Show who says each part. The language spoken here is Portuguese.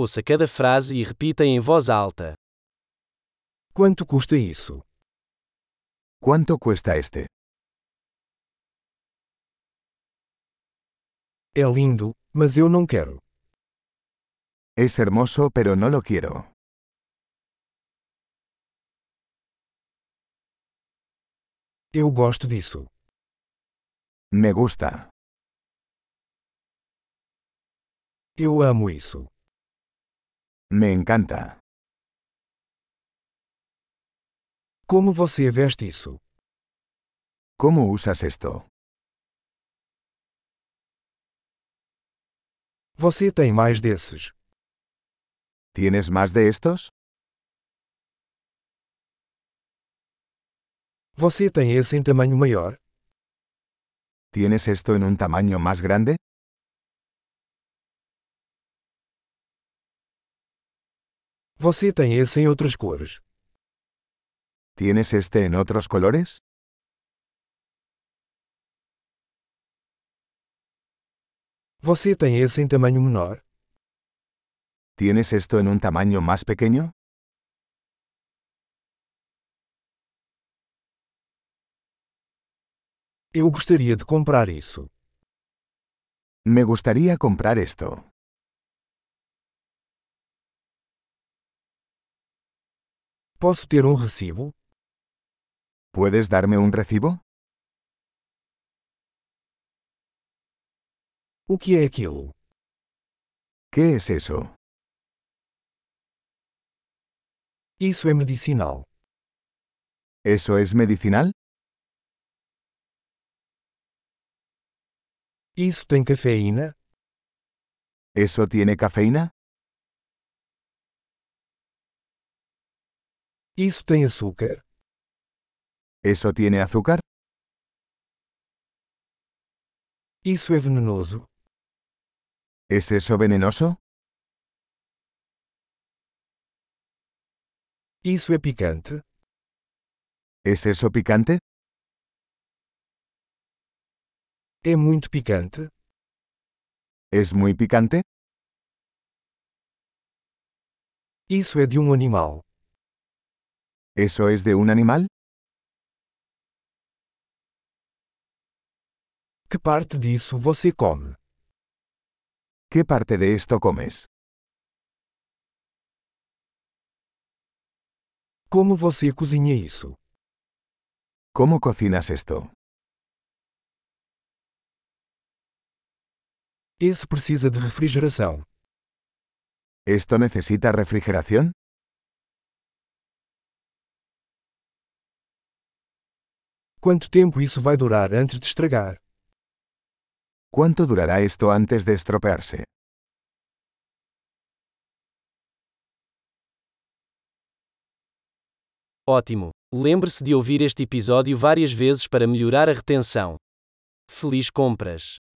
Speaker 1: Ouça cada frase e repita em voz alta.
Speaker 2: Quanto custa isso?
Speaker 3: ¿Cuánto cuesta este?
Speaker 2: É lindo, mas eu não quero.
Speaker 3: Es hermoso pero no lo quiero.
Speaker 2: Eu gosto disso.
Speaker 3: Me gusta.
Speaker 2: Eu amo isso.
Speaker 3: Me encanta.
Speaker 2: Como você veste isso?
Speaker 3: ¿Cómo usas esto?
Speaker 2: Você tem mais desses.
Speaker 3: ¿Tienes más de estos?
Speaker 2: Você tem esse em tamanho maior?
Speaker 3: ¿Tienes esto en un tamaño más grande?
Speaker 2: Você tem esse em outras cores?
Speaker 3: ¿Tienes este en otros colores?
Speaker 2: Você tem esse em tamanho menor?
Speaker 3: ¿Tienes esto en un tamaño más pequeño?
Speaker 2: Eu gostaria de comprar isso.
Speaker 3: Me gustaría comprar esto.
Speaker 2: Posso ter um recibo?
Speaker 3: ¿Puedes darme un recibo?
Speaker 2: O que é aquilo?
Speaker 3: ¿Qué es eso?
Speaker 2: Isso é medicinal.
Speaker 3: ¿Eso es medicinal?
Speaker 2: Isso tem cafeína?
Speaker 3: ¿Eso tiene cafeína?
Speaker 2: Isso tem açúcar?
Speaker 3: ¿Eso tiene azúcar?
Speaker 2: Isso é venenoso?
Speaker 3: ¿Es eso venenoso?
Speaker 2: Isso é picante?
Speaker 3: ¿Es eso picante?
Speaker 2: É muito picante?
Speaker 3: ¿Es muy picante?
Speaker 2: Isso é de um animal.
Speaker 3: ¿Eso es de un animal?
Speaker 2: Que parte disso você come?
Speaker 3: ¿Qué parte de esto comes?
Speaker 2: Como você cozinha isso?
Speaker 3: ¿Cómo cocinas esto?
Speaker 2: Esse precisa de refrigeração.
Speaker 3: ¿Esto necesita refrigeración?
Speaker 2: Quanto tempo isso vai durar antes de estragar?
Speaker 3: ¿Cuánto durará esto antes de estropearse?
Speaker 1: Ótimo! Lembre-se de ouvir este episódio várias vezes para melhorar a retenção. Feliz compras!